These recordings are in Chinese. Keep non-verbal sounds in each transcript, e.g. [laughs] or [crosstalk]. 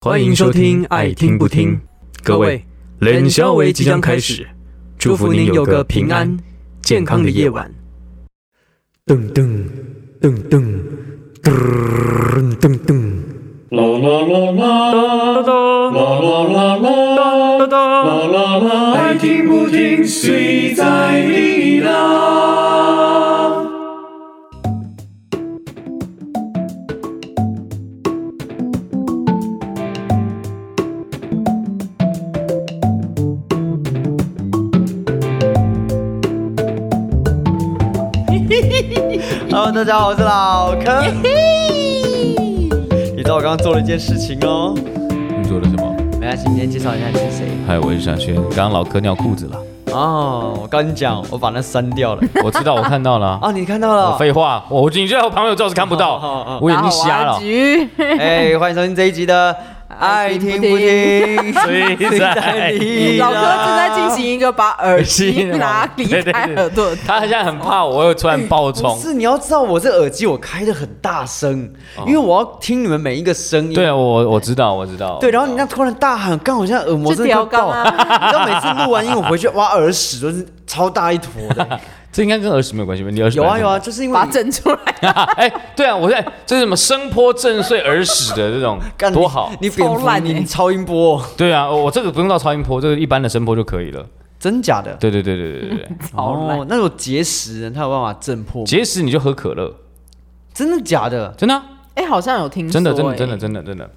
欢迎收听《爱听不听》，各位，冷消维即将开始，祝福您有个平安健康的夜晚。噔噔噔噔噔噔噔，啦啦啦啦啦啦啦啦啦啦啦啦，爱听不听谁在你啦？ Hello，大家好，我是老柯。你知道我刚刚做了一件事情哦，你做了什么？没关系，你先介绍一下你是谁。嗨，我是闪轩。刚刚老柯尿裤子了，哦，我跟你讲，我把那删 [laughs] 掉了。我知道，我看到了。哦，你看到我了。废话，我你在我旁边，我照是看不好好好到，我啊眼睛瞎了。局，哎，欢迎收听这一集的《爱听不听》，谁在意 [laughs] 老哥正在进行一个把耳 [laughs] 机拿离啊对对开对耳朵的他好像很怕我，又突然爆不冲。是，你要知道，我这耳机我开的很大声，因为我要听你们每一个声音。对啊，我我知道，我知道。对，然后你那突然大喊，刚好像耳膜真的快爆。就了。屌缸你知道每次录完音我回去，哇，耳屎都是超大一坨 [laughs] 的。这应该跟儿时没有关系吧？你儿时有啊有啊，。就是因 [laughs] 为把它你整出来， [laughs] 哎，对啊，我在这是什么声波震碎耳屎的这种干，你多好。你蝙超蝠，烂欸你超音波哦，对啊，我这个不用到超音波，这个一般的声波就可以了。真假的？对对对对对对对。 [laughs] 超烂哦，那种结石人，他有办法震破吗？结石你就喝可乐，真的假的？真的啊哎，好像有听说，真的真的哎真的真的真的。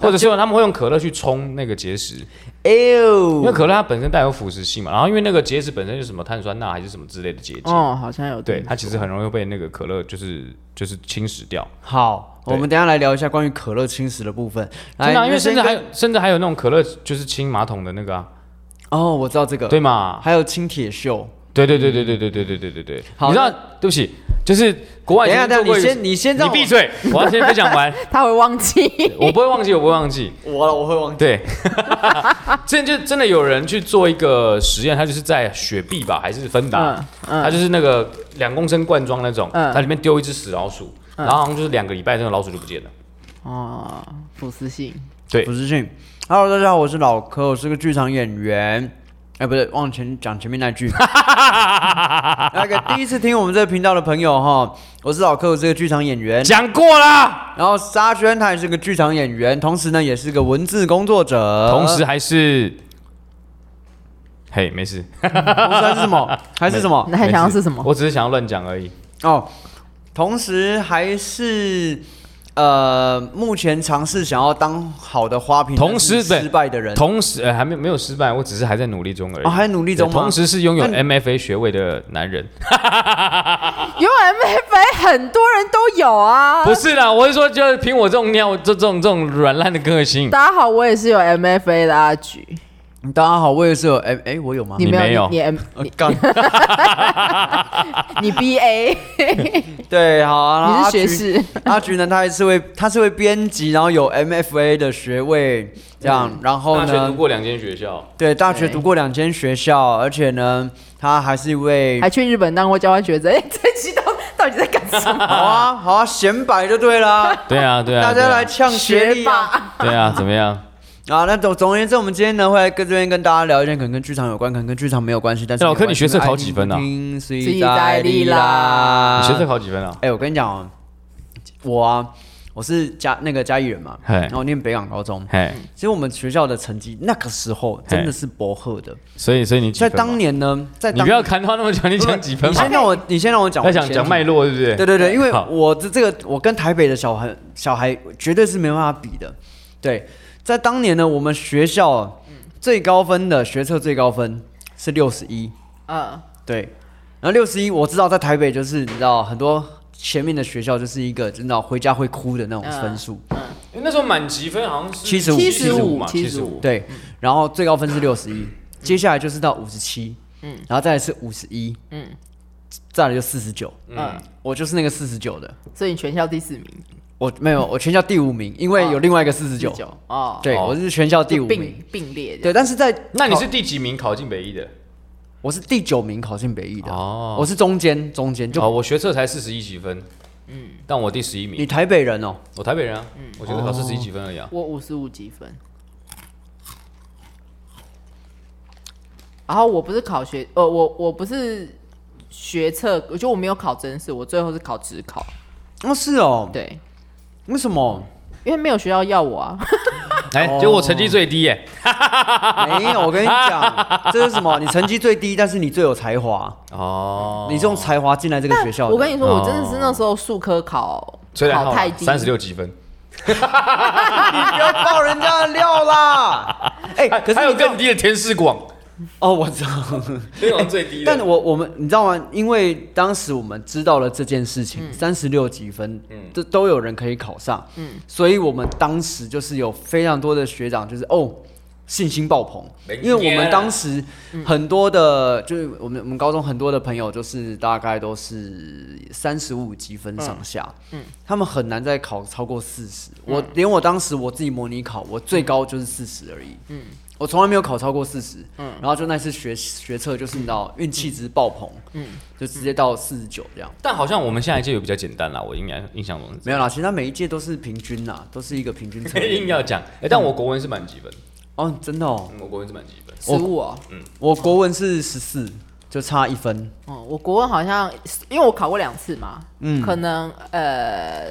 或者是他们会用可乐去冲那个结石，哎因为呦，可乐它本身带有腐蚀性嘛，然后因为那个结石本身就是什么碳酸钠还是什么之类的结晶，哦，好像有听对，它其实很容易被那个可乐就是就是侵蚀掉。好，对我们等一下来聊一下关于可乐侵蚀的部分。来，真的啊、因为哎甚至那先还跟有甚至还有那种可乐就是清马桶的那个啊，哦，我知道这个，对，嘛？还有清铁锈。对对对对对对对对对对对。嗯好你知道那，对不起，就是国外等一下，曾经等做一下，过一你个先，你先让你我闭，嘴，我要先分享完，他会 [laughs] 忘记，我不会忘记，我不会忘记。我了，我会忘记。对， [laughs] 这就真的有人去做一个实验，他就是在雪碧吧，还是芬达，嗯嗯他就是那个两公升罐装那种，嗯它里面丢一只死老鼠，然后好像就是两个礼拜，那个老鼠就不见了。哦，腐蚀性，对不是俊，Hello，大家好，我是老柯，我是个剧场演员。哎，不对，忘前讲前面那句。 [laughs] 那个第一次听我们这个频道的朋友哈，我是老柯，我是个剧场演 [laughs] 员。讲过啦，然后沙宣他也是个剧场演员，同时呢也是个文字工作者，同时还是，嘿，没事，同时还是 [laughs] 什么？还是什么？那还想要是什啊没么事？我只是想要乱讲而已。哦，同时还是呃，目前尝试想要当好的花瓶，同时但是失败的人，同时，呃，还没没有失败，我只是还在努力中而已。哦，还努力对中吗同时是拥有那你 MFA 学位的男人，啊有 MFA 很多人都有啊。不是啦，我是说，就是凭我这种尿，这这种这种软烂的个性，大家好，我也是有 MFA 的阿菊，大家好，我也是有，哎哎，我有吗？你没有你 [laughs] M 呃刚 [laughs] 你 BA， [laughs] 对，好啊，然后你阿是菊学。士， [laughs] 阿菊呢，他还是位，他是位编辑，然后有 MFA 的学位，这嗯样，然后大学读呢，过两间学校。对，大学读过两间学校，而且呢，他还是一位还去日本当过交换学生。哎，这激动到底在干 [laughs] 什么？ [laughs] 好啊，好啊，显摆就对啦。对啊， [laughs] 对啊，大家对啊来呛学历啊！对啊，怎么样？啊，那总总而言之，我们今天呢会来跟这边跟大家聊一件可能跟剧场有关，可能跟剧场没有关系，但是老有柯关啊你系学测的考爱几听分不啊听自随己在在力力啦 [laughs] 啦。你学测考几分啊？哎，我跟你讲哦，我啊，我是嘉那个嘉义人嘛，嘿然后念北港高中，嘿，其实我们学校的成绩那个时候真的是薄荷的，所以所以你几在分嘛啊当，年呢，在你当不要砍到那么久，你讲几分你嘛？先让我，你先让我讲，要我想先讲脉络，对不对？对对对，因为好我的这个，我跟台北的小孩小孩绝对是没办法比的。对，在当年呢，我们学校最高分的学测最高分是六十一，嗯，对，然后六十一我知道在台北就是你知道很多前面的学校就是一个你知道回家会哭的那种分数，因为那时候满级分好像是75 75嘛，七十五。对，然后最高分是六十一，接下来就是到五十七，嗯，然后再来是五十一，嗯，再来就四十九，嗯，我就是那个四十九的。所以你全校第四名，我没有，我全校第五名，因为有另外一个四十九。九哦，对，哦我是全校第就五名并。并列这对，样，但是在那你是考第几名考进北一的？我是第九名考进北艺的，哦我是中间中间就、哦，我学测才四十一几分，嗯，但我第十一你名，台北人哦，我台北人啊，我觉得考试十一几分而已啊。我五十五积分。然后我不是考学，呃，我我不是学测，我觉得我没有考真试，我最后是考职考。哦是哦，对，为什 [laughs] 么？因为没有学校要我啊。哎，结果我成绩最低耶。没有，我跟你讲，这是什么？你成绩最低，但是你最有才华，哦，你这种才华进来这个学校 [laughs] 的，我跟你说，我真的是哦那时候数科考崔然考浩太低，三十六积分，不要爆人家的料 [laughs] 啦！哎、可是还有你这更低的田世广，哦，我知道，田世广最低但的。我我们你知道吗？因为当时我们知道了这件事嗯情，三十六几分，这都有人可以考上，嗯，所以我们当时就是有非常多的学长，就是哦。信心爆棚没，因为我天们啊当时很多的，就是我们我们高中很多的朋友，就是大概都是三十五积分上下，嗯，他们很难再考超过四十。我连我当时我自己模拟考，我最高就是四十而已，嗯，我从来没有考超过四十，嗯，然后就那次学学测就是你知道运气值爆棚，嗯，就直接到四十九这样。但好像我们下一届有比较简单啦，我应该印象中是这没有啦，其实它每一届都是平均啦，都是一个平均 [laughs] 成样硬绩。要讲。哎，但我国文是满积分，哦，真的哦，嗯我国文是满积分。十五哦。我国文是十四，就差一分。嗯，我国文好像因为我考过两次嘛，可能呃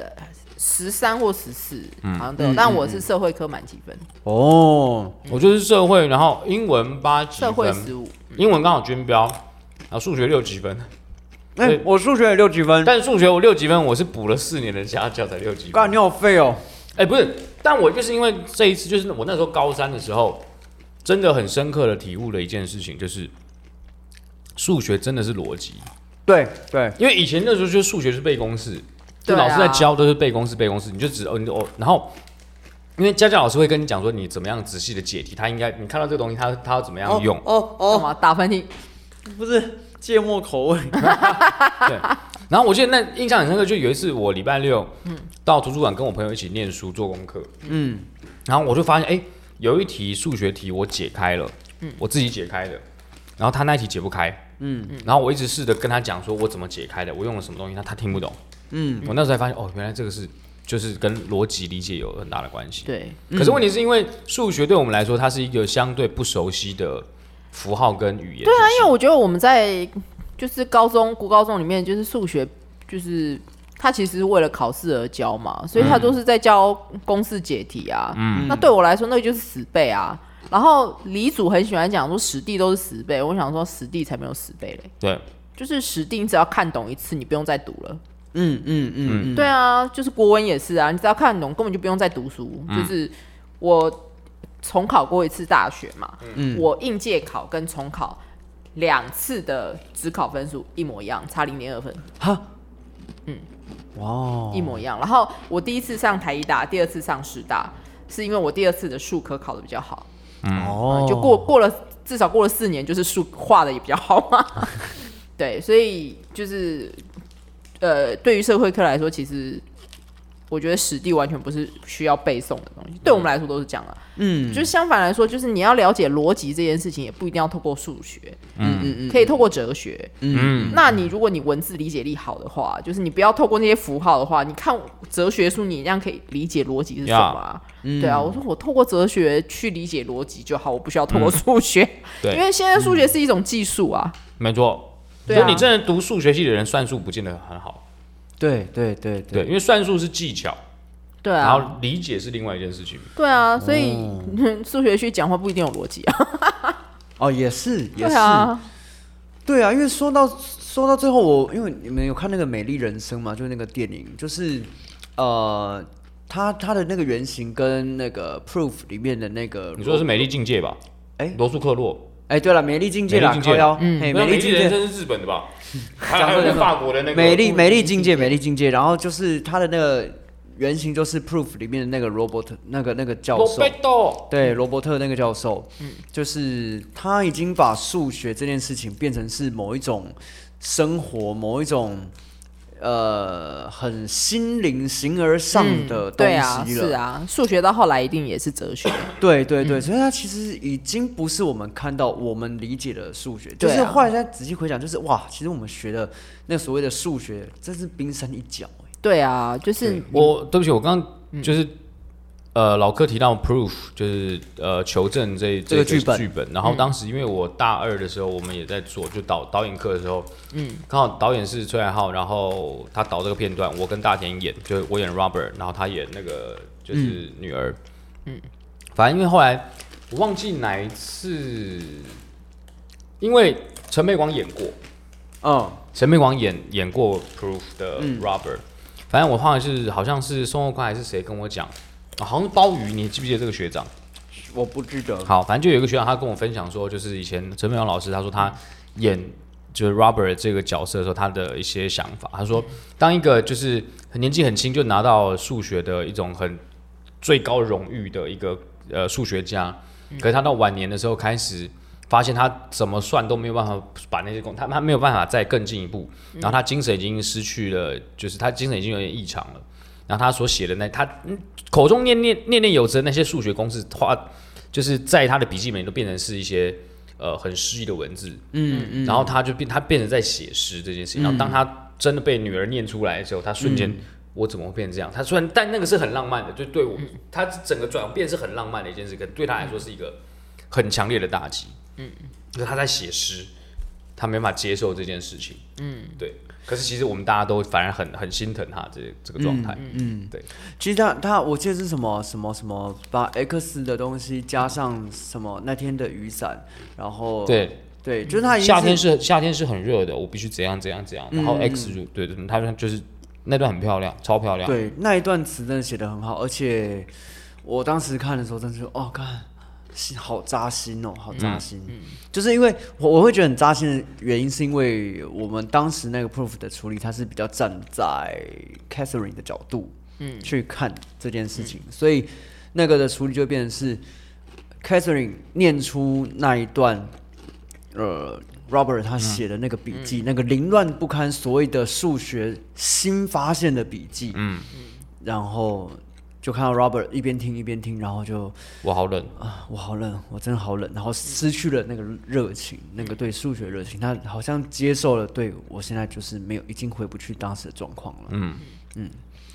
十三或十四、好像都有，但我是社会科满积分，哦，我就是社会，然后英文八积社会分十，五，英文刚好均标，然后数学六积分。哎、对我数学也六几分，但数学我六级分，我是补了四年的家教才六级分干。你好废哦。哎、不是，但我就是因为这一次，就是我那时候高三的时候，真的很深刻的体悟了一件事情，就是数学真的是逻辑。对对，因为以前那时候就是数学是背公式，就对啊老师在教都是背公式背公式，你就只哦你哦，然后因为家教老师会跟你讲说你怎么样仔细的解题，他应该你看到这个东西他他要怎么样用，哦干哦，嘛打喷嚏？不是芥末口味，对，然后我记得那印象很深刻，就有一次我礼拜六，嗯到图书馆跟我朋友一起念书做功课，嗯，然后我就发现，哎、有一题数学题我解开了，嗯我自己解开的，然后他那一题解不开，嗯，然后我一直试着跟他讲说我怎么解开的，我用了什么东西，他他听不懂，嗯，我那时候才发现，哦，原来这个是就是跟逻辑理解有很大的关系，对，可是问题是因为数学对我们来说，它是一个相对不熟悉的符号跟语言，对啊但因为我觉得我们在就是高中、国高中里面，就是数学，就是它其实是为了考试而教嘛，所以它都是在教公式解题啊。嗯，那对我来说，那个就是死背啊。然后李祖很喜欢讲说实地都是死背，我想说实地才没有死背嘞。对。就是史定，只要看懂一次，你不用再读了。嗯嗯嗯嗯，对啊，就是国文也是啊，你只要看懂，根本就不用再读书。嗯就是我重考过一次大学嘛，嗯我应届考跟重考两次的只考分数一模一样，差零点二分，哇哦，一模一样。然后我第一次上台医大，第二次上师大，是因为我第二次的数科考的比较好，哦就过过了至少过了四年，就是数画的也比较好嘛。 [laughs] 对，所以就是呃，对于社会课来说，其实我觉得史地完全不是需要背诵的东西，对我们来说都是这样啊。嗯，就是相反来说，就是你要了解逻辑这件事情，也不一定要透过数学，嗯嗯嗯，可以透过哲学。嗯，那你如果你文字理解力好的话，就是你不要透过那些符号的话，你看哲学书，你一样可以理解逻辑是什么、啊。对嗯啊，我说我透过哲学去理解逻辑就好，我不需要透过数 [laughs] 学，对因为现在数学是一种技术啊。嗯没错。所对以啊你真的读数学系的人，算术不见得很好。对对对对，对，因为算术是技巧，对啊，然后理解是另外一件事情。对啊，所以、数学去讲话不一定有逻辑啊。哦也是也对是，啊，对啊，因为说到说到最后我，因为你们有看那个《美丽人生》嘛，就是那个电影，就是呃，它它的那个原型跟那个 Proof 里面的那个，你说的是美丽境界吧？哎罗素克洛，哎，对了，美丽境界美啦，丽境界靠腰，嗯嘿，没有美美丽丽境人界，生是日本的吧？还讲有错还有了法国的那个美丽美丽物理境境界，美丽境界，然后就是它的那个原型就是 Proof 里面的那个 Robert 那个那个教罗授，贝多。对，嗯罗伯特那个教授，就是他已经把数学这件事情变成是某一种生活，某一种呃很心灵形而上的东对西啊了。，是啊，嗯数学到后来一定也是哲学。对对对所以它其实已经不是我们看到我们理解的数学，就对啊是后来再仔细回想，就是哇，其实我们学的那所谓的数学，真是冰山一角、欸对啊，就是我对不起，我刚刚嗯就是、呃，老柯提到 proof，就是呃求证这这个剧本嗯剧本。然后当时因为我大二的时候，我们也在做，就导导演课的时候，嗯，刚好导演是崔海浩，然后他导这个片段，我跟大田演，就是我演 Robert，然后他演那个就是女儿，嗯，反正因为后来我忘记哪一次，因为陈佩广演过，嗯，陈佩广演演过 Proof 的 Robert，、反正我忘了是好像是宋慧宽还是谁跟我讲，啊好像是鲍鱼，你记不记得这个学长？我不记得。好，反正就有一个学长他跟我分享说，就是以前陈佩广老师他说他演就是 Robert 这个角色的时候，他的一些想法。他说，当一个就是年纪很轻就拿到数学的一种很最高荣誉的一个呃数学家，可是他到晚年的时候开始。发现他怎么算都没有办法把那些功，他他没有办法再更进一步，然后他精神已经失去了，就是他精神已经有点异常了。然后他所写的那他嗯口中念念念念有词的那些数学公式，画就是在他的笔记本里都变成是一些呃很诗意的文字，嗯嗯，然后他就变他变成在写诗这件事情。然后当他真的被女儿念出来的时候，他瞬间、我怎么会变这样？他虽然但那个是很浪漫的，就对我、他整个转变是很浪漫的一件事，可对他来说是一个很强烈的打击。嗯，就是他在写诗，他没办法接受这件事情。嗯，对。可是其实我们大家都反而很很心疼他这这个状态。嗯，对。其实他他我记得是什么什么什么，把 X 的东西加上什么那天的雨伞，然后对，对，就是他已经夏天是夏天是很热的，我必须怎样怎样怎样。嗯然后 X 就对对，他就是那段很漂亮，超漂亮。对那一段词真的写的很好，而且我当时看的时候真的是哦，看心好扎心哦，好扎心。嗯就是因为我我会觉得很扎心的原因，是因为我们当时那个 proof 的处理，它是比较站在 Catherine 的角度，嗯，去看这件事情，所以那个的处理就变成是 Catherine 念出那一段呃嗯，Robert 他写的那个笔记，那个凌乱不堪所谓的数学新发现的笔记，嗯，然后就看到 Robert 一边听一边听，然后就我好冷。啊，我好冷，我真的好冷，然后失去了那个热情，那个对数学热情，他好像接受了，对我现在就是没有，已经回不去当时的状况了，嗯，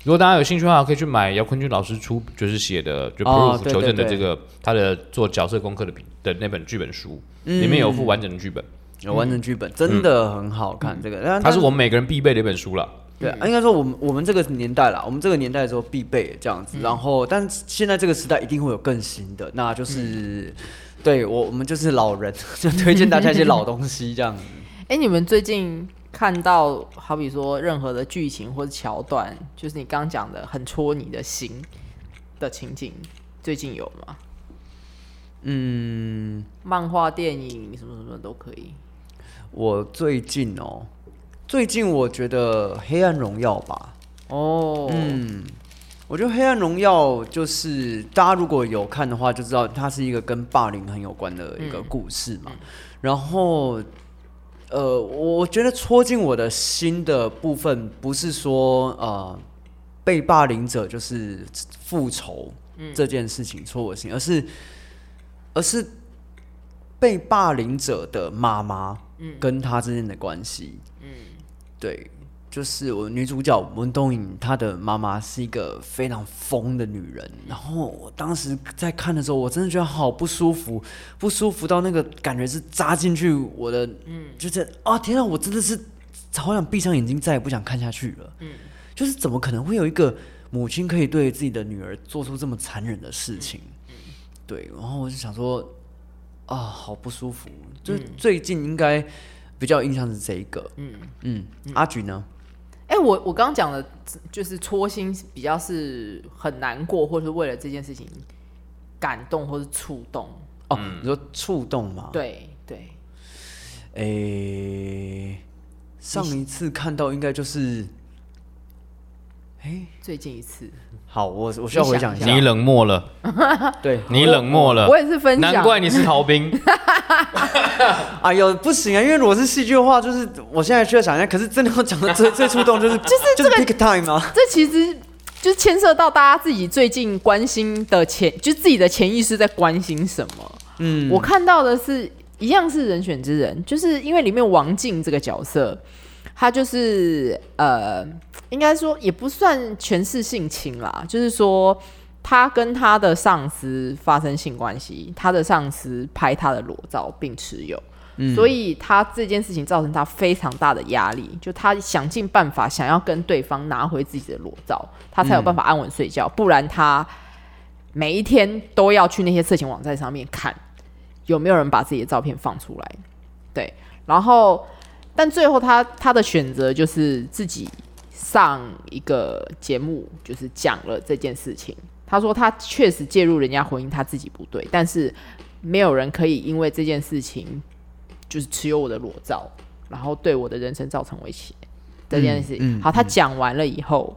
如果大家有兴趣的话，可以去买姚坤君老师出就是写的就哦 proof 对求证的对这对个他的做角色功课的笔的那本剧本书，嗯里面有副完整的剧本，有完整剧本，真的很好看，这个，嗯但它是但我们每个人必备的一本书了。对，应该说我们我们这个年代啦，我们这个年代的时候必备这样子，嗯然后但现在这个时代一定会有更新的，那就是、嗯对我我们就是老人， [laughs] 就推荐大家一些老东西这样子。哎、你们最近看到好比说任何的剧情或者桥段，就是你刚讲的很戳你的心的情景，最近有吗？嗯，漫画、电影什么什么都可以。我最近哦，最近我觉得《黑暗荣耀》吧，哦，嗯，我觉得《黑暗荣耀》就是大家如果有看的话，就知道它是一个跟霸凌很有关的一个故事嘛。然后，呃，我觉得戳进我的心的部分，不是说呃被霸凌者就是复仇这件事情戳我心，而是而是被霸凌者的妈妈跟他之间的关系。嗯，对，就是我女主角文东颖，她的妈妈是一个非常疯的女人。然后我当时在看的时候，我真的觉得好不舒服，不舒服到那个感觉是扎进去我的，嗯，就是啊，天啊，我真的是好想闭上眼睛，再也不想看下去了。嗯，就是怎么可能会有一个母亲可以对自己的女儿做出这么残忍的事情？对，然后我就想说，啊，好不舒服。就是最近应该比较有印象是这一个，嗯嗯，阿菊呢？哎、我我刚讲的，就是戳心比较是很难过，或者是为了这件事情感动或是触动。哦，你说触动吗？，嗯对对，诶，上一次看到应该就是，诶，最近一次，好，我我需要回想一下，你你冷漠了，对，你冷漠了啊我，也是分享，难怪你是逃 [laughs] 兵。哎呦，不行啊，因为如果是戏剧的话，就是我现在需要想一下，可是真的要讲的 [laughs] 最最触动就是就是这就是个 pick time 啊， [laughs] 这其实就是牵涉到大家自己最近关心的潜，就自己的潜意识在关心什么。嗯，我看到的是一样是人选之人，就是因为里面王静这个角色，他就是呃，应该说也不算权势性侵啦，就是说他跟他的上司发生性关系，他的上司拍他的裸照并持有，所以他这件事情造成他非常大的压力，就他想尽办法想要跟对方拿回自己的裸照，他才有办法安稳睡觉，不然他每一天都要去那些色情网站上面看有没有人把自己的照片放出来，对，然后但最后他他的选择就是自己上一个节目，就是讲了这件事情。他说他确实介入人家婚姻，他自己不对，但是没有人可以因为这件事情就是持有我的裸照，然后对我的人生造成威胁这件事情。嗯嗯好，他讲完了以后，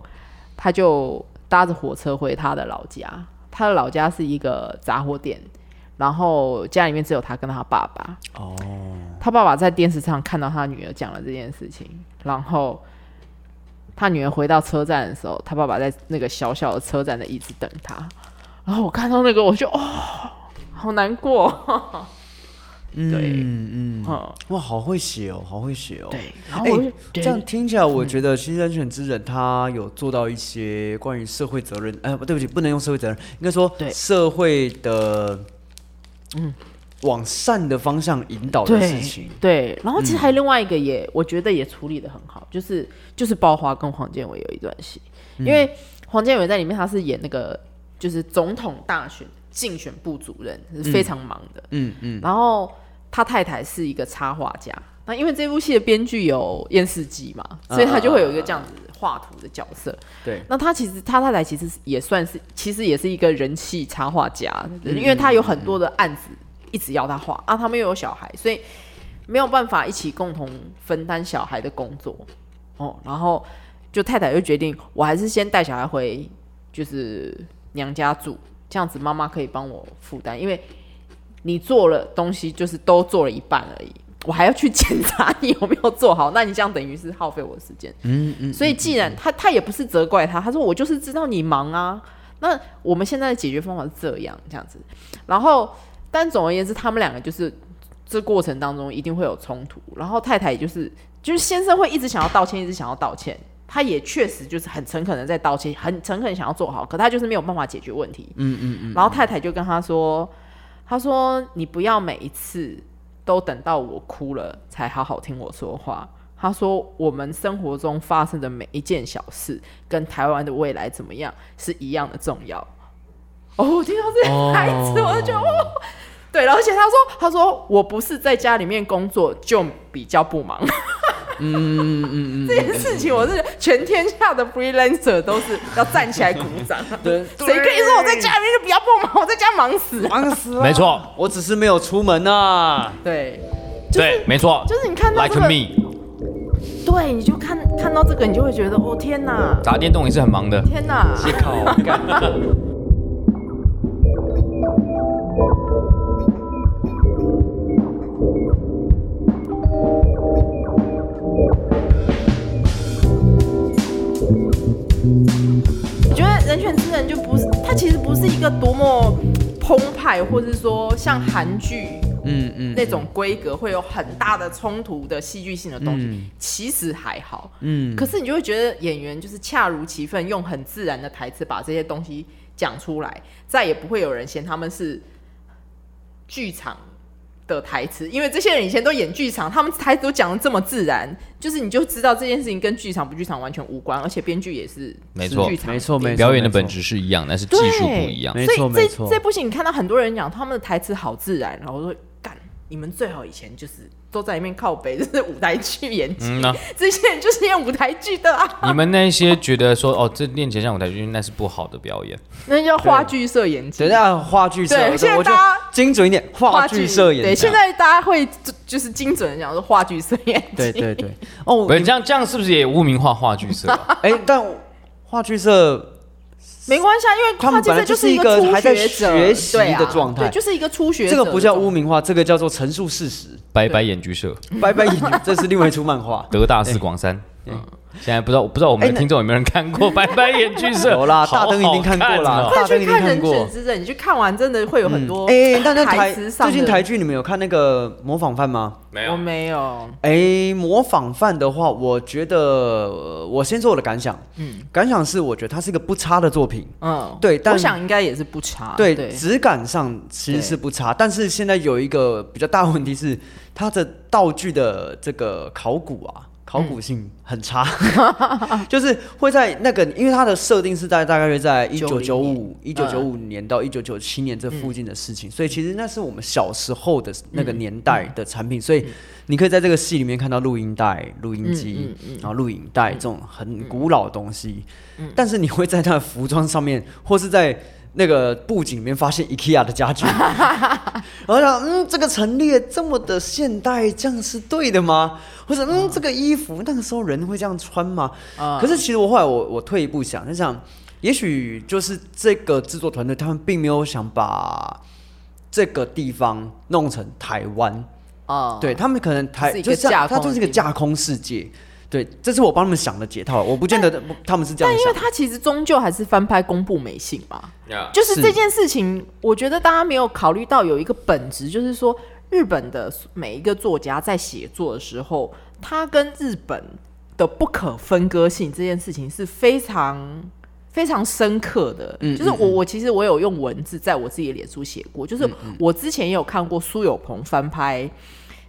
他就搭着火车回他的老家。他的老家是一个杂货店，然后家里面只有他跟他爸爸。哦他爸爸在电视上看到他女儿讲了这件事情，然后他女儿回到车站的时候，他爸爸在那个小小的车站的椅子等他。然后我看到那个，我就哦，好难过。嗯对，嗯嗯，嗯，哇，好会写哦，好会写哦。对，然啊后我就哎，这对嗯样听起来，我觉得《新人选之人》他有做到一些关于社会责任，哎、不对不起，不能用社会责任，应该说对社会的，嗯，往善的方向引导的事情嗯对。对，然后其实还有另外一个也，我觉得也处理的很好，就是就是包花跟黄建伟有一段戏，嗯因为黄建伟在里面他是演那个就是总统大选竞选部主任，是非常忙的，嗯嗯，然后他太太是一个插画家，那因为这部戏的编剧有验视机嘛，所以他就会有一个这样子画图的角色。嗯对那他其实他太太其实也算是，其实也是一个人气插画家，嗯因为他有很多的案子一直要他画啊，他们又有小孩，所以没有办法一起共同分担小孩的工作哦。然后就太太就决定，我还是先带小孩回就是娘家住，这样子妈妈可以帮我负担，因为你做了东西就是都做了一半而已，我还要去检查你有没有做好，那你这样等于是耗费我的时间。嗯嗯。所以既然他他也不是责怪他，他说我就是知道你忙啊，那我们现在的解决方法是这样这样子。然后，但总而言之，他们两个就是这过程当中一定会有冲突，然后太太也就是就是先生会一直想要道歉，一直想要道歉。他也确实就是很诚恳的在道歉，很诚恳想要做好，可他就是没有办法解决问题。嗯嗯嗯。然后太太就跟他说：“他说：“你不要每一次都等到我哭了才好好听我说话。”他说：“我们生活中发生的每一件小事，跟台湾的未来怎么样是一样的重要。”哦，我听到这些台词，我就觉得哦，对，而且他说：“他说我不是在家里面工作就比较不 [laughs] 忙。”嗯嗯嗯， [laughs] 这件事情我是全天下的 freelancer 都是要站起来鼓 [laughs] 掌。对，谁跟你说我在家里面就比较不忙？我在家忙死啊！忙死了。没错，我只是没有出门 [laughs] 啊。对，对，没错，就是你看到这 like 个 me 对，你就看看到这个，你就会觉得，哦天哪，打电动也是很忙的。天哪！靠，干我觉得《人权之人》就不是，它其实不是一个多么澎湃，或是说像韩剧嗯嗯那种规格会有很大的冲突的戏剧性的东西，嗯其实还好。嗯，可是你就会觉得演员就是恰如其分，用很自然的台词把这些东西讲出来，再也不会有人嫌他们是剧场的台词，因为这些人以前都演剧场，他们台词都讲的这么自然，就是你就知道这件事情跟剧场不剧场完全无关，而且编剧也是没错是剧场没错编没错表演的本质是一样，但是技术不一样。没所错以这没错这部戏你看到很多人讲他们的台词好自然，然后我说干，你们最好以前就是都在里面靠北，这是舞台剧演技，嗯呢、这些人就是演舞台剧的啊，你们那些觉得说哦，这练起来像舞台剧，那是不好的表演。那叫话剧社演技等一。下话剧社，对我现在我就大家精准一点，话剧社演啊对，讲现在大家会就就是精准的讲说话剧社演技，对 [laughs] 对对，哦不，是这样，这样是不是也污名化话剧社啊？ [laughs] 哎，但话剧社没关系，啊，因为他话们剧本社来就就是一一个初还在学者学习对啊的状态对，就是一个初学者这的状态，个不叫污名化，这个叫做陈述事实。白白演剧社，拜拜，这是另外一出漫画。德大四广三，现在不知道不知道我们的听众有没有人看 [laughs] 过《白白眼剧社》？有啦，好好大灯一定看过啦，看哦大快灯去一定看《人看过选。之人》，你去看完真的会有很多哎、那那哦台台词上最的近台剧你们有看那个模仿犯吗？没我有，没有，哎、模仿犯的话，我觉得呃我先说我的感想，嗯，感想是我觉得它是一个不差的作品，嗯，对但我想应该也是不差，对，啊对，质感上其实是不差，但是现在有一个比较大的问题是，它的道具的这个考古啊，考古性 [laughs] 很差，就是会在那个，因为它的设定是在大概约在一九九五一九九五年到一九九七年这附近的事情，所以其实那是我们小时候的那个年代的产品，所以你可以在这个戏里面看到录音带、录音机，然后录影带这种很古老的东西，但是你会在他的服装上面，或是在那个布景里面发现 IKEA 的家具，然后想，嗯，这个陈列这么的现代，这样是对的吗？或者，嗯，这个衣服那个时候人会这样穿吗？啊可是其实我后来我我退一步想，就想，也许就是这个制作团队他们并没有想把这个地方弄成台湾，哦，对他们可能台是一个就像架空它的就是一个地方架空世界。对，这是我帮他们想的解套，我不见得他们是这但样因为想。它其实终究还是翻拍公布美信嘛， Yeah 就是是这件事情，我觉得大家没有考虑到有一个本质，就是说日本的每一个作家在写作的时候，他跟日本的不可分割性这件事情是非常。非常深刻的，嗯就是我我其实我有用文字在我自己的脸书写过，嗯就是我之前也有看过苏有朋翻拍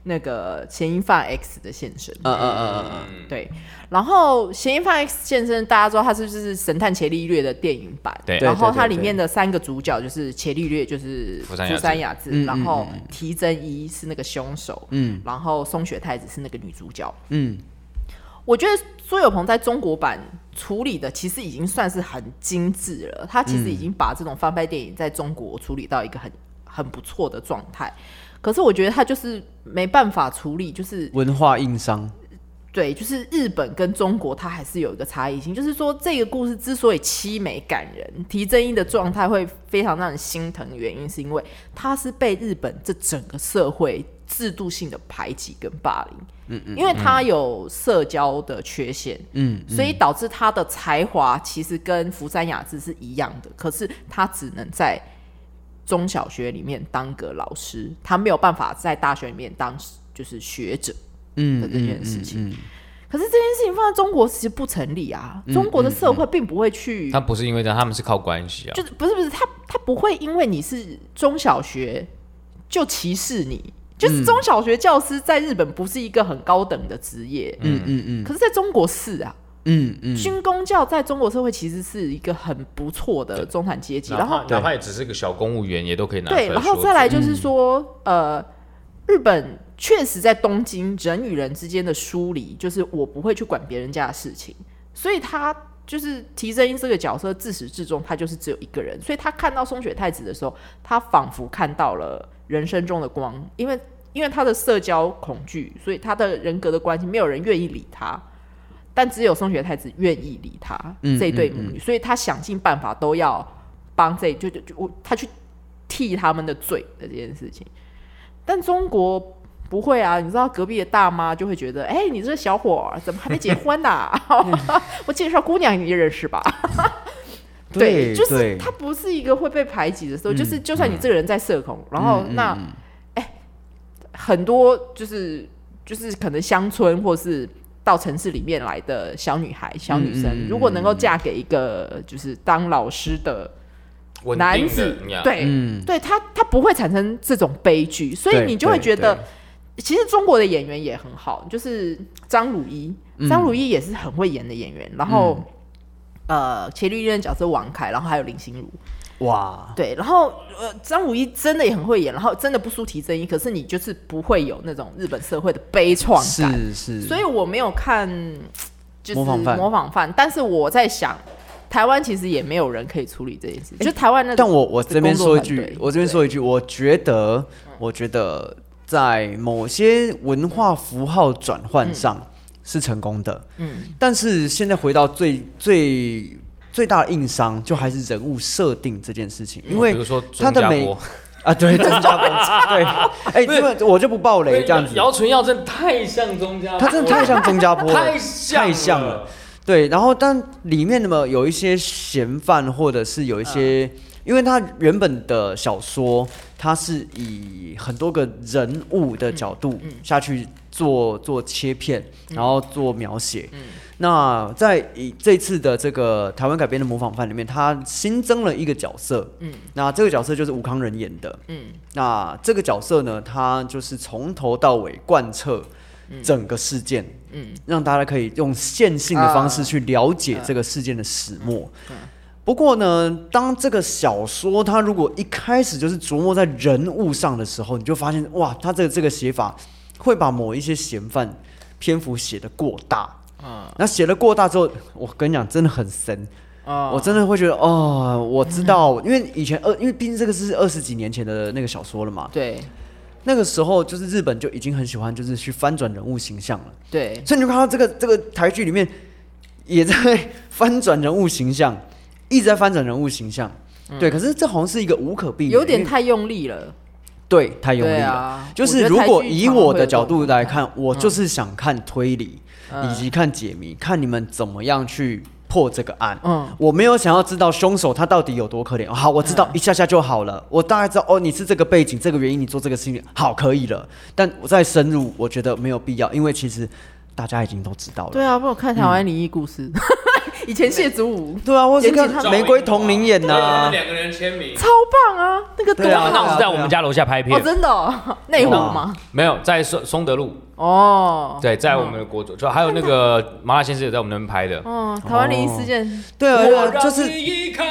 那个嫌疑犯 X 的现身，嗯嗯嗯嗯嗯。对，然后《嫌疑犯 X 现身》，大家知道它是就是《神探伽利略》的电影版，对然后对对对它里面的三个主角就是伽利略，就是福山雅治雅治，嗯然后提真一是那个凶手，嗯，然后松雪太子是那个女主角，嗯，我觉得苏有朋在中国版处理的其实已经算是很精致了，他其实已经把这种翻拍电影在中国处理到一个很很不错的状态。可是我觉得他就是没办法处理，就是文化硬伤，对，就是日本跟中国，它还是有一个差异性，就是说这个故事之所以凄美感人，提真一的状态会非常让人心疼的原因，是因为它是被日本这整个社会制度性的排挤跟霸凌。嗯嗯，因为他有社交的缺陷，嗯，所以导致他的才华其实跟福山雅治是一样的，可是他只能在中小学里面当个老师，他没有办法在大学里面当就是学者的这件事情。可是这件事情放在中国其实不成立啊，中国的社会并不会去，他不是因为这样，他们是靠关系啊就。是不是不是，他他不会因为你是中小学就歧视你。就是中小学教师在日本不是一个很高等的职业，嗯嗯嗯，可是在中国是啊，嗯嗯，军工教在中国社会其实是一个很不错的中产阶级，然后哪怕哪怕也只是个小公务员，也都可以拿出来对，说。然后再来就是说，呃，日本确实在东京人与人之间的疏离，就是我不会去管别人家的事情，所以他就是提真英这个角色自始至终他就是只有一个人，所以他看到松雪太子的时候，他仿佛看到了人生中的光，因为因为他的社交恐惧，所以他的人格的关系，没有人愿意理他。但只有松雪太子愿意理他、这一对母女，所以他想尽办法都要帮这就就就我他去替他们的罪的这件事情。但中国不会啊，你知道隔壁的大妈就会觉得，哎、你这小伙儿怎么还没结婚呢、啊我介绍姑娘你也认识吧？对，嗯就是对他不是一个会被排挤的时候，就是就算你这个人在社恐，然嗯后那哎、很多就是就是可能乡村或是。到城市里面来的小女孩、小女嗯生，如果能够嫁给一个就是当老师的稳男定子的，你看对，对他他不会产生这种悲剧，所以嗯对你就会对觉得对，其实中国的演员也很好，就是张鲁一，嗯张鲁一也是很会演的演员，然后。呃，伽利略的角色王凯，然后还有林心如，哇，对，然后呃，张鲁一真的也很会演，然后真的不输提真一，可是你就是不会有那种日本社会的悲怆感，是是，所以我没有看，就是模仿犯模仿犯，但是我在想，台湾其实也没有人可以处理这件事，就台湾那种但我我这边说一工作句团队，嗯我这边说一句，我觉得，我觉得在某些文化符号转换嗯上是成功的，嗯，但是现在回到最最最大的硬伤，就还是人物设定这件事情，因为哦比如说他钟的家每波，啊，对，增加工资， [laughs] 对，哎，不是这个我就不爆雷这样子，姚纯耀真的太像宗家，他真的太像宗，钟家坡了，太像太像了了。对，然后但里面那么有一些嫌犯，或者是有一些，因为他原本的小说，它是以很多个人物的角度下去做、做切片，然后做描写。那在以这次的这个台湾改编的模仿犯里面，他新增了一个角色，嗯，那这个角色就是吴康仁演的，嗯，那这个角色呢，他就是从头到尾贯彻整个事件，让大家可以用线性的方式去了解这个事件的始末。不过呢，当这个小说它如果一开始就是琢磨在人物上的时候，你就发现哇，它这个这个写法会把某一些嫌犯篇幅写得过大。啊那写了过大之后，我跟你讲，真的很深。啊我真的会觉得哦，我知道，因为以前二，因为毕竟这个是二十几年前的那个小说了嘛。对那个时候就是日本就已经很喜欢，就是去翻转人物形象了。对，所以你就看到这个这个台剧里面也在翻转人物形象，一直在翻转人物形象。对，可是这好像是一个无可避免，嗯有点因为太用力了。对太用力对了。啊就是如果以我的角度来看，我就是想看推理、以及看解谜，看你们怎么样去破这个案。嗯嗯，我没有想要知道凶手他到底有多可怜。好，我知道一下下就好了，我大概知道哦，你是这个背景，这个原因，你做这个事情，好，可以了。但我再深入，我觉得没有必要，因为其实大家已经都知道了。对啊，不然我看台湾灵异故事， [laughs] 以前谢祖武对啊，我是严谨看他玫瑰同龄演呐、他们两个人签名，超棒啊，那个多对啊他当时在我们家楼下拍哦，片，真的哦内湖吗？没有在松松德路，哦，对，在我们的国中，就还有那个麻辣先生也在我们那边拍的。嗯，台湾灵异事件，对啊，对我啊，就是让你依靠，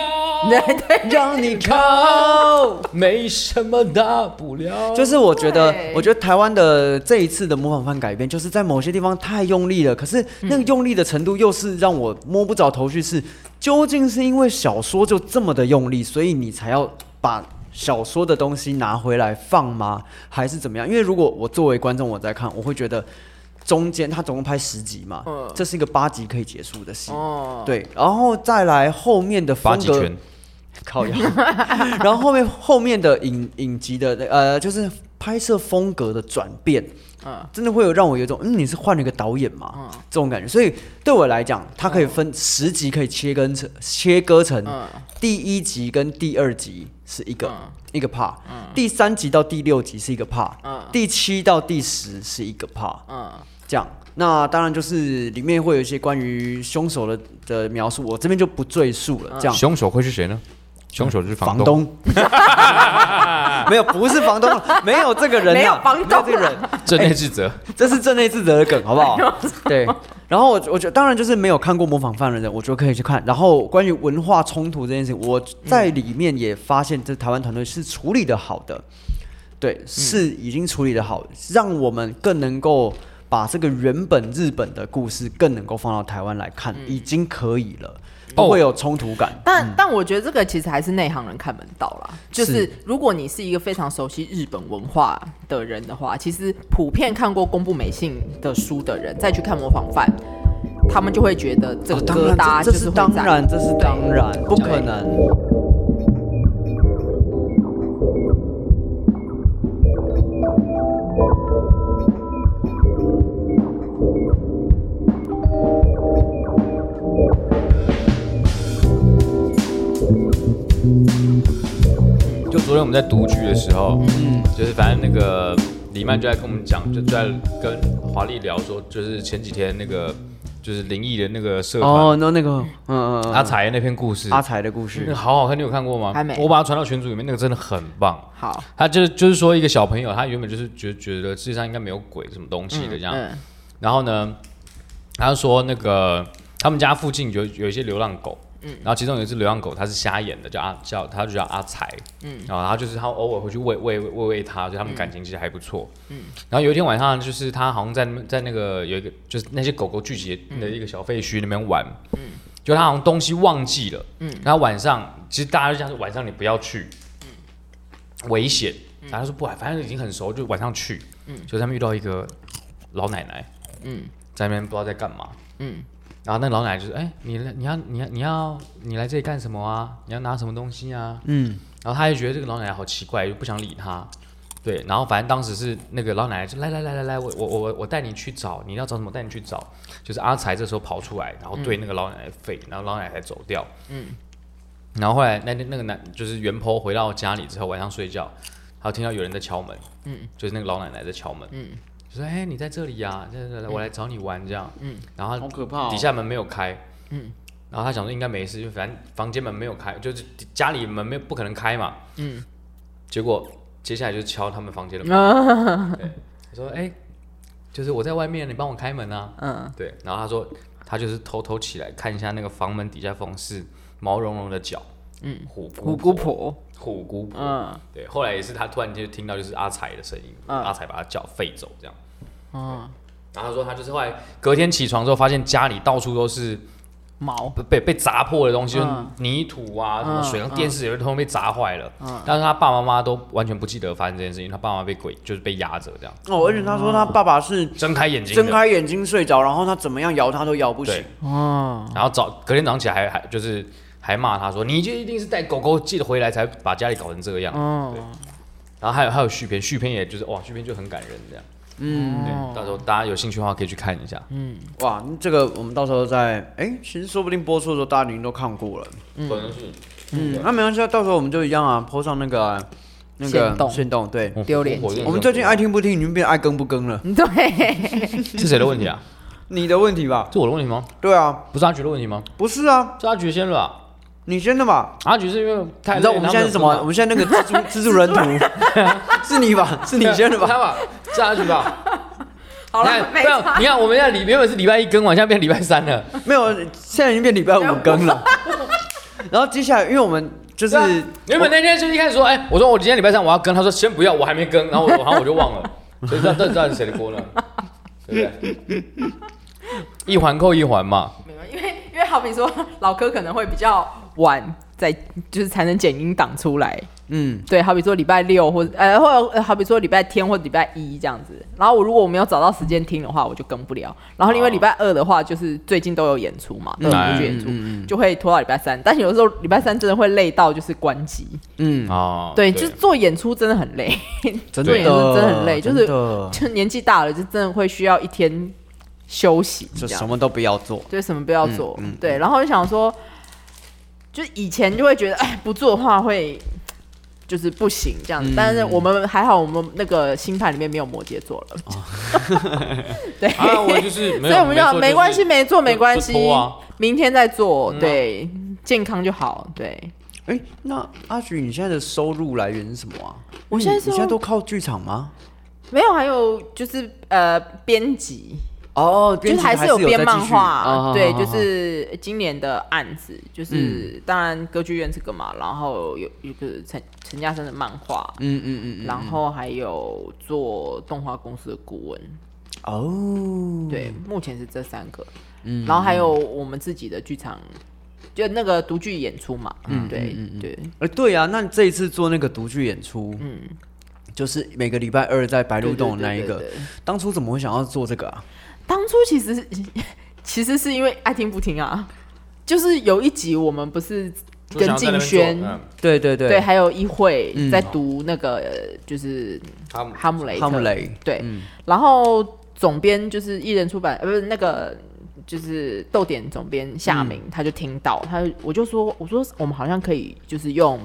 对对，让你靠。没什么大不了。就是我觉得对，我觉得台湾的这一次的模仿犯改编，就是在某些地方太用力了，可是那个用力的程度又是让我摸不着头绪，是究竟是因为小说就这么的用力，所以你才要把小说的东西拿回来放吗？还是怎么样？因为如果我作为观众我在看，我会觉得中间他总共拍十集嘛，嗯这是一个八集可以结束的戏，哦，对，然后再来后面的八风极格拳，靠腰， [laughs] 然后后面后面的影影集的呃，就是拍摄风格的转变，嗯真的会有让我有一种嗯，你是换了一个导演嘛、这种感觉。所以对我来讲，它可以分十集，可以切割成切割成嗯第一集跟第二集是一个、一个 part，、第三集到第六集是一个 part，、嗯第七到第十是一个 part，嗯，这样。那当然就是里面会有一些关于凶手的的描述，我这边就不赘述嗯了。这样，凶手会是谁呢？凶手就是房东。东， [laughs] 没有，不是房东，没有这个人、啊，没有房东啊没有这个人，正内智则，这是镇内自责的梗，好不好？对。然后我我觉得，当然就是没有看过《模仿犯人》的人，我觉得可以去看。然后关于文化冲突这件事情，我在嗯里面也发现，这台湾团队是处理的好的，对，嗯是已经处理的好，让我们更能够把这个原本日本的故事更能够放到台湾来看，嗯已经可以了，不会有冲突感。但、但我觉得这个其实还是内行人看门道啦。就是嗯是如果你是一个非常熟悉日本文化的人的话，其实普遍看过宫部美幸的书的人，再去看《模仿犯》，他们就会觉得这个哦当疙然瘩就这这是会当在然，这是当然，不可能。就昨天我们在独居的时候，嗯，就是反正那个李曼就在跟我们讲，就在跟华丽聊说，就是前几天那个就是灵异的那个社团、啊哦，那那个，嗯嗯，嗯阿才那篇故事，阿才的故那个事，好好看，你有看过吗？还没我把它传到群组里面，那个真的很棒。好。他就是就是说一个小朋友，他原本就是觉觉得世界上应该没有鬼什么东西的这样，嗯，然后呢，他就说那个他们家附近有有一些流浪狗，然后其中有一只流浪狗，它是瞎眼的，叫阿叫它就叫阿才，然后他就是他偶尔会去喂喂喂喂喂它，所以他们感情其实还不错，然后有一天晚上就是他好像在那在那个有一个就是那些狗狗聚集的一个小废墟那边玩，就他好像东西忘记了，然后晚上其实大家就讲说晚上你不要去，危险，然后他说不，反正已经很熟，就晚上去，就他们遇到一个老奶奶，在那边不知道在干嘛，然后那老奶奶就是，哎、你来，你要，你要，你要，你来这里干什么啊？你要拿什么东西啊？嗯，然后他就觉得这个老奶奶好奇怪，就不想理他。对，然后反正当时是那个老奶奶就来来来来来，我我我我我带你去找，你要找什么我带你去找。就是阿才这时候跑出来，然后对那个老奶奶吠，然后老奶奶才走掉。嗯然后后来那天那个男就是袁坡回到家里之后，晚上睡觉，他听到有人在敲门，嗯，就是那个老奶奶在敲门，嗯就说：“哎、你在这里呀、啊？这这我来找你玩这样。”嗯，然后好他可怕、哦！底下门没有开，嗯，然后他想说应该没事，就反正房间门没有开，就是家里门没有不可能开嘛。嗯，结果接下来就敲他们房间的门，啊说：“哎、就是我在外面，你帮我开门啊。嗯”对，然后他说他就是偷偷起来看一下那个房门底下缝是毛茸茸的脚，嗯，虎 [laughs] 姑虎姑婆，虎姑婆，嗯对，后来也是他突然间就听到就是阿才的声音，嗯阿才把他叫废走这样。嗯，然后他说他就是后来隔天起床之后，发现家里到处都是毛，被被被砸破的东西，就是嗯泥土啊，什么水嗯缸、电视也通通被砸坏了。但是他爸爸妈妈都完全不记得发生这件事情，他爸妈被鬼就是被压着这样，哦，而且他说他爸爸是睁开眼睛，睁，开眼睛睡着，然后他怎么样摇他都摇不醒对。嗯然后早隔天早上起来还还就是还骂他说，你就一定是带狗狗记得回来才把家里搞成这个样。嗯，然后还有还有续篇，续篇也就是哇，续篇就很感人这样。哦嗯，对，到时候大家有兴趣的话可以去看一下。嗯哇，这个我们到时候再哎、其实说不定播出的时候大家已经都看过了。可能是嗯，那没关系，啊，到时候我们就一样啊，播上那个啊那限个动限动。对，嗯丢脸我们最近爱听不听已经变爱更不更了，对， [laughs] 是谁的问题啊？你的问题吧？是我的问题吗？对啊，不是阿菊的问题吗？不是啊，是阿菊先了吧？你先的吧。阿啊菊是因为太你累知道我们他现在是什么？我们现在那个 [laughs] 蜘蛛蜘蛛人图， [laughs] 是你吧？是你先的不他吧？吧，是阿菊吧？好你了，看没不要差你，看，我们现在礼原本是礼拜一更完，现在变礼拜三了。没有，现在已经变礼拜五更了。 [laughs] 然后接下来，因为我们就是啊原本那天就一开始说，哎，我说我今天礼拜三我要更，他说先不要，我还没更，然后我然后我就忘 [laughs] 了，所以这这这是谁的锅呢？对不对？一环扣一环嘛，没有因为因为好比说老柯可能会比较晚再就是才能剪音档出来，嗯，对，好比说礼拜六或者呃，或者好比说礼拜天或者礼拜一这样子。然后我如果我没有找到时间听的话，我就跟不了。然后因为礼拜二的话，就是最近都有演出嘛，都有嗯音乐演出，就会拖到礼拜三。但有的时候礼拜三真的会累到就是关机，嗯，哦，对，就是做演出真的很累，真对真的很累就是真啊的就年纪大了就真的会需要一天休息这就样什。么都不要做。对，什么不要嗯做，对，然后就想说，就以前就会觉得，哎，不做的话会就是不行嗯这样子，但是我们还好，我们那个心态里面没有摩羯座了， [laughs] 对，啊，我 [laughs] 就是没有，所以我们就没做想没关系，就是没做没就关就系拖啊，明天再做，嗯啊对，健康就好，对，哎，那阿菊，你现在的收入来源是什么啊？我现在你现在收都靠剧场吗？没有，还有就是呃，编辑。哦，就是还是有编漫画，对，哦就哦哦是今年的案子，就是当然歌剧院这个嘛，然后有有个陈陈嘉生的漫画，嗯嗯嗯嗯，然后还有做动画公司的顾问，哦，对，目前是这三个，嗯，然后还有我们自己的剧场，就那个独剧演出嘛，嗯，对对，呃，对啊，那你这一次做那个独剧演出，嗯，就是每个礼拜二在白鹿洞的那一对对个对对，当初怎么会想要做这个啊？当初其实 [laughs] 其实是因为爱听不听啊，就是有一集我们不是就想跟要在那静边做轩。嗯对对对对，还有议会嗯在读那个、呃就是他 [laughs] 们哈姆雷特，哈姆雷，对，然后总编就是艺人出版，呃，不是那个。就是豆点总编夏明，他就听到，他就我就说，我说我们好像可以，就是用，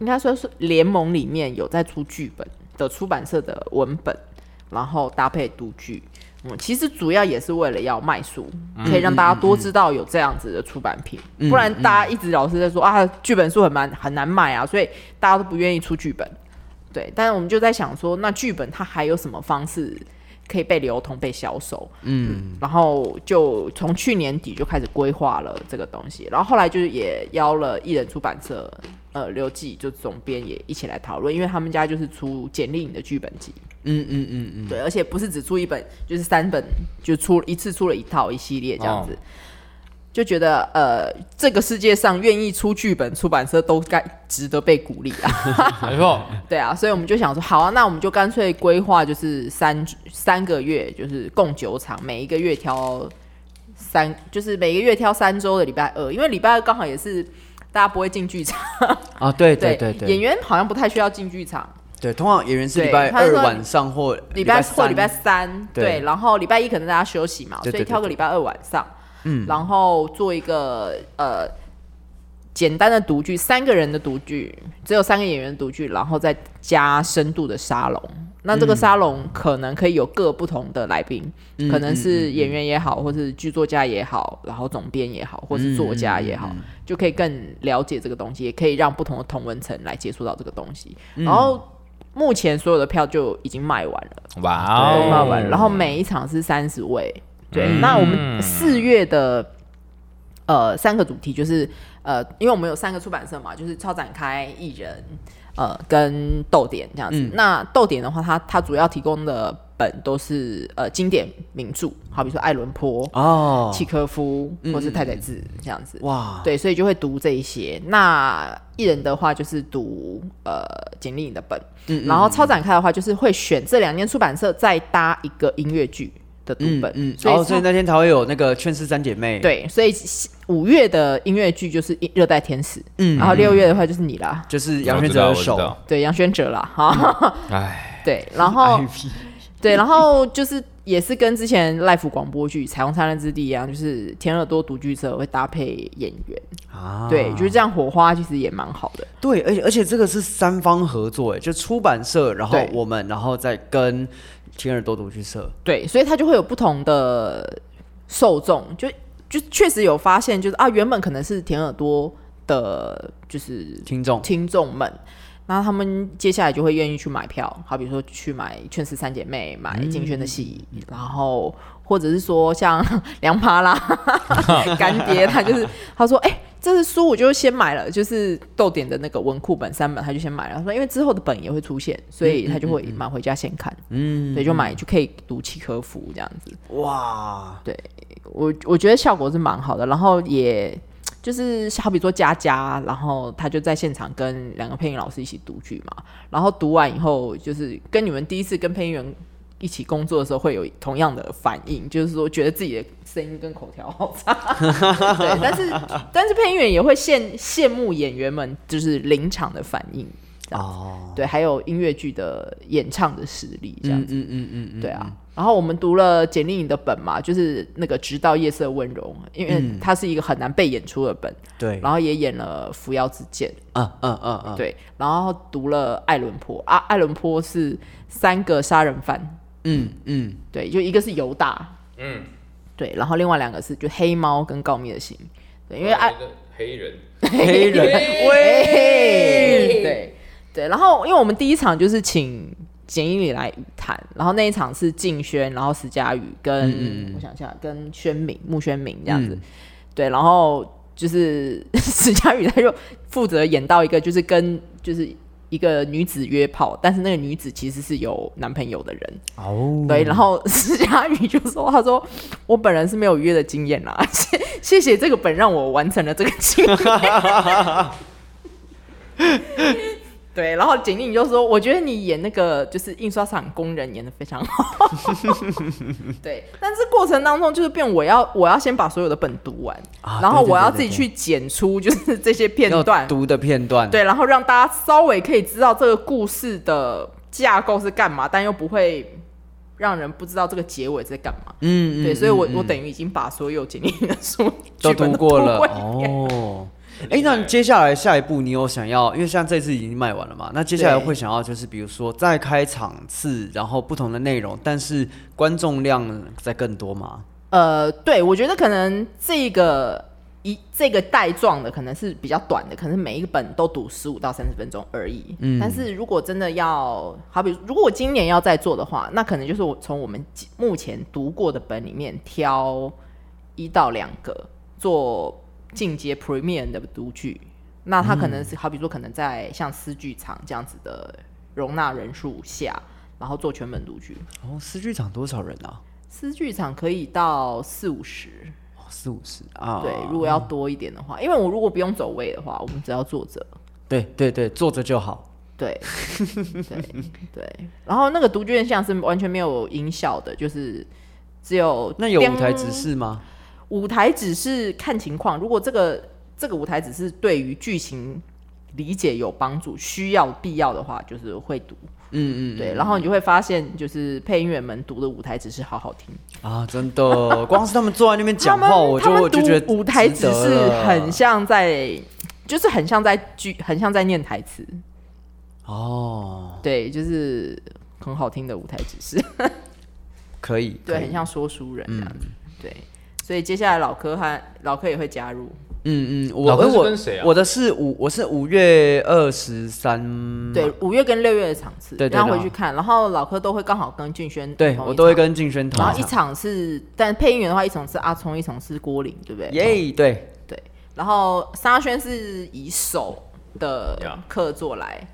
应该说是联盟里面有在出剧本的出版社的文本，然后搭配读剧，嗯，其实主要也是为了要卖书，可以让大家多知道有这样子的出版品，不然大家一直老是在说啊，剧本书很难很难卖啊，所以大家都不愿意出剧本。对，但是我们就在想说，那剧本它还有什么方式可以被流通、被销售？嗯，然后就从去年底就开始规划了这个东西，然后后来就是也邀了艺人出版社，呃，刘记就总编也一起来讨论，因为他们家就是出简历影的剧本集，嗯嗯嗯嗯，对，而且不是只出一本，就是三本，就出一次出了一套一系列这样哦子，就觉得呃，这个世界上愿意出剧本出版社都该值得被鼓励啊，没错，对啊，所以我们就想说，好啊，那我们就干脆规划就是三三个月，就是共九场，每一个月挑三，就是每个月挑三周的礼拜二，因为礼拜二刚好也是。大家不会进剧场。啊，对对对演对，员好像不太需要进剧场，对，通常演员是对礼拜他是二说晚上或礼拜拜四或礼拜三，对对，然后礼拜一可能大家休息嘛，对所对以挑个礼拜二晚上，嗯，然后做一个呃简单的独剧，三个人的独剧，只有三个演员的独剧，然后再加深度的沙龙。那嗯这个沙龙可能可以有各不同的来宾，可能嗯是演员也好，或是剧作家也好，然后总编也好，或是作家也嗯好，就可以更了解这个东西，也可以让不同的同文层来接触到这个东西。嗯然后目前所有的票就已经卖完了。哇都卖完，哦，然后每一场是三十位。对，那我们四月的呃三个主题就是呃，因为我们有三个出版社嘛，就是超展开、艺人呃跟豆点这样子。那豆点的话，它它主要提供的本都是呃经典名著，好比说爱伦坡、哦，契科夫或是太宰治这样子。哇，对，所以就会读这一些。那艺人的话就是读呃简历你的本，嗯然后超展开的话就是会选这两间出版社再搭一个音乐剧的读本，嗯，所以,、哦，所以那天才会有那个《劝世三姐妹》，，对，所以五月的音乐剧就是《热带天使》，嗯，然后六月的话就是你啦，就是杨轩哲的哦手，对，杨轩哲啦，嗯哈，哎， [laughs] 对，然后对，然后就是也是跟之前 l i f e 广播剧《彩虹灿烂之地》一样，就是甜耳朵独剧社会搭配演员，啊对，就是这样火花其实也蛮好的。对，而且而且这个是三方合作，哎，就出版社，然后对我们，然后再跟天耳朵读剧社，对，所以它就会有不同的受众，就就确实有发现，就是啊，原本可能是甜耳朵的，就是听众听众们，那他们接下来就会愿意去买票，好比说去买《劝世三姐妹》、买金萱的戏，然后或者是说像 [laughs] 梁帕拉干爹，他就是他说哎。这是书，我就先买了，就是豆点的那个文库本三本，他就先买了。他说，因为之后的本也会出现，所以他就会买回家先看。嗯，对，就买就可以读契科夫这样子。哇，对我我觉得效果是蛮好的，然后也就是好比说佳佳，然后他就在现场跟两个配音老师一起读剧嘛，然后读完以后就是跟你们第一次跟配音员一起工作的时候会有同样的反应，就是说觉得自己的声音跟口条好差， [laughs] 对，但是但是配音员也会羡羡慕演员们就是临场的反应，这样子哦，对，还有音乐剧的演唱的实力这样嗯子。嗯嗯嗯嗯，对啊。然后我们读了简历颖的本嘛，就是那个《直到夜色温柔》，因为它是一个很难被演出的本，嗯对，然后也演了《扶摇之剑》，嗯嗯嗯嗯，对，然后读了《爱伦坡》啊，《爱伦坡》是三个杀人犯，嗯嗯，对，就一个是犹大，嗯，对，然后另外两个是就黑猫跟告密的心，对，因为啊爱啊黑人，[laughs] 黑人对对对，然后因为我们第一场就是请简英里来语谈，然后那一场是静轩，然后石佳宇跟、我想一下，跟宣明穆宣明这样子，对，然后就是石佳宇他就负责演到一个就是跟就是。一个女子约炮，但是那个女子其实是有男朋友的人，哦，对，然后施佳宇就说：“他说我本人是没有约的经验啦， [laughs] 谢谢谢这个本让我完成了这个经验。” [laughs] 对，然后简历就说：“我觉得你演那个就是印刷厂工人演的非常好。” [laughs] 对，但是过程当中就是变我要我要先把所有的本读完，啊然后对对我要对自己对去剪出就是这些片要段，读的片段，，对，然后让大家稍微可以知道这个故事的架构是干嘛，但又不会让人不知道这个结尾在干嘛。嗯，嗯对，所以我、嗯我等于已经把所有简历的书都剧本读过了过一遍哦。 [laughs] 哎，那接下来下一步你有想要，因为像这次已经卖完了嘛，那接下来对会想要就是比如说再开场次，然后不同的内容，但是观众量再更多嘛？呃，对，我觉得可能这个一这个带状的可能是比较短的，可能每一本都读十五到三十分钟而已。嗯，但是如果真的要，好比如果我今年要再做的话，那可能就是我从我们几目前读过的本里面挑一到两个做进阶 Premium 的读剧。那它可能是、好比说，可能在像私剧场这样子的容纳人数下，然后做全本读剧。哦，私剧场多少人啊？私剧场可以到四五十，哦四五十啊？对，如果要多一点的话，因为我如果不用走位的话，我们只要坐着。对对对，坐着就好。对，对，对。然后那个独剧院像是完全没有音效的，就是只有那有舞台指指示吗？舞台只是看情况，如果这个这个舞台只是对于剧情理解有帮助，需要必要的话就是会读。嗯嗯，对，然后你就会发现，就是配音员们读的舞台只是好好听，啊，真的，光是他们坐在那边讲 [laughs] 他话，们我就他们我就读觉得舞台值只得是了很像在，就是很像在剧，很像在念台词，哦，对，就是很好听的舞台指示，可以， [laughs] 对，可以嗯很像说书人这样子，对，所以接下来老柯和老柯也会加入，嗯嗯，我老哥哎是我跟谁啊我的是五，我是五月二十三，对，五月跟六月的场次，嗯对对然后对回去看，然后老柯都会刚好跟俊轩对同一我都会场跟静轩同然后一场是，但配音员的话，一场是阿聪，一场是郭林，对不对？耶，对，对。然后沙宣是以手的 Yeah. 客座来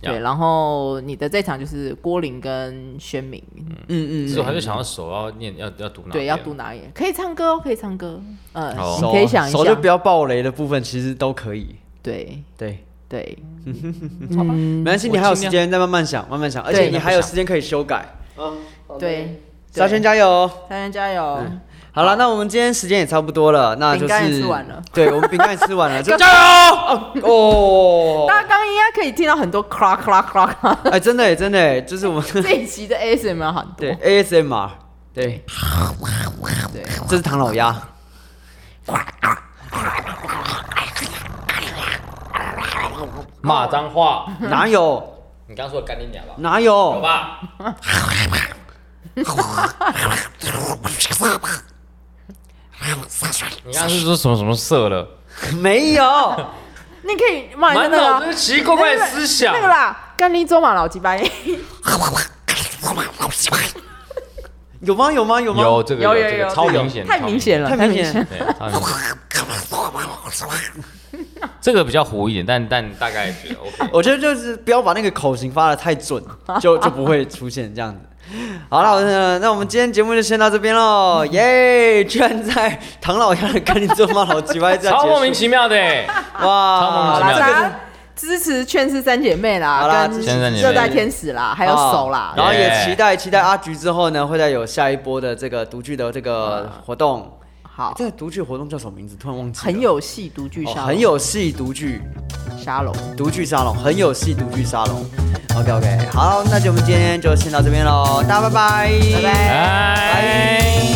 Yeah. 对。然后你的这场就是郭林跟宣明嗯嗯所以我还是想要手要念要要读哪？对，要读。哪一眼？可以唱歌哦，可以唱歌，呃，哦你可以想一啊手就想不，要爆雷的部分，其实都可以，对对， [laughs] 对，嗯没关系，你还有时间再慢慢想，慢慢想，而且对你还有时间可以修改，对。沙宣加油哦。沙宣加油！嗯好了，那我们今天时间也差不多了，那就饼干是也吃完了对我们饼干也吃完 [laughs] 了，就加油哦！大家刚刚应该可以听到很多 crack crack crack， [laughs] 哎，真的耶真的耶，就是我们这一集的 ASMR 很多。哦对 ASMR，对， [laughs] 这是唐老鸭。骂脏话，哪有你刚刚说的干你娘吧？哪有好？ [laughs] 吧，你刚刚是说什么什么色了？没有，你可以骂满人家那脑个子啊是奇怪怪的思想那。个啦，干你走马老鸡掰。有吗？有吗？有吗？有这个有这个超明显，太明显了。了，太太明显显。对，超明显。这个比较糊一点，但但大概觉得 [laughs] OK。我觉得就是不要把那个口型发的太准，就就不会出现这样子。 [laughs] 好了，呃那那我们今天节目就先到这边 [laughs] 喽，耶！居然在唐老鸭的跟你做妈老鸡巴 [laughs] 这样超莫名结束，其 [laughs] 妙的欸，超莫名哇其好！妙啦，大家支持劝世三姐妹好啦啦，支跟持三姐妹热带天使啦，还有手啦哦。然后也 Yeah 期待期待阿菊之后呢，会再有下一波的这个独剧的这个活动。好，这个独剧活动叫什么名字？突然忘记了。很有戏独具哦沙龙，很有戏独剧。沙龙。独剧沙龙，很有戏独剧沙龙。OK OK，好，那就我们今天就先到这边喽，大家拜拜，拜拜哎。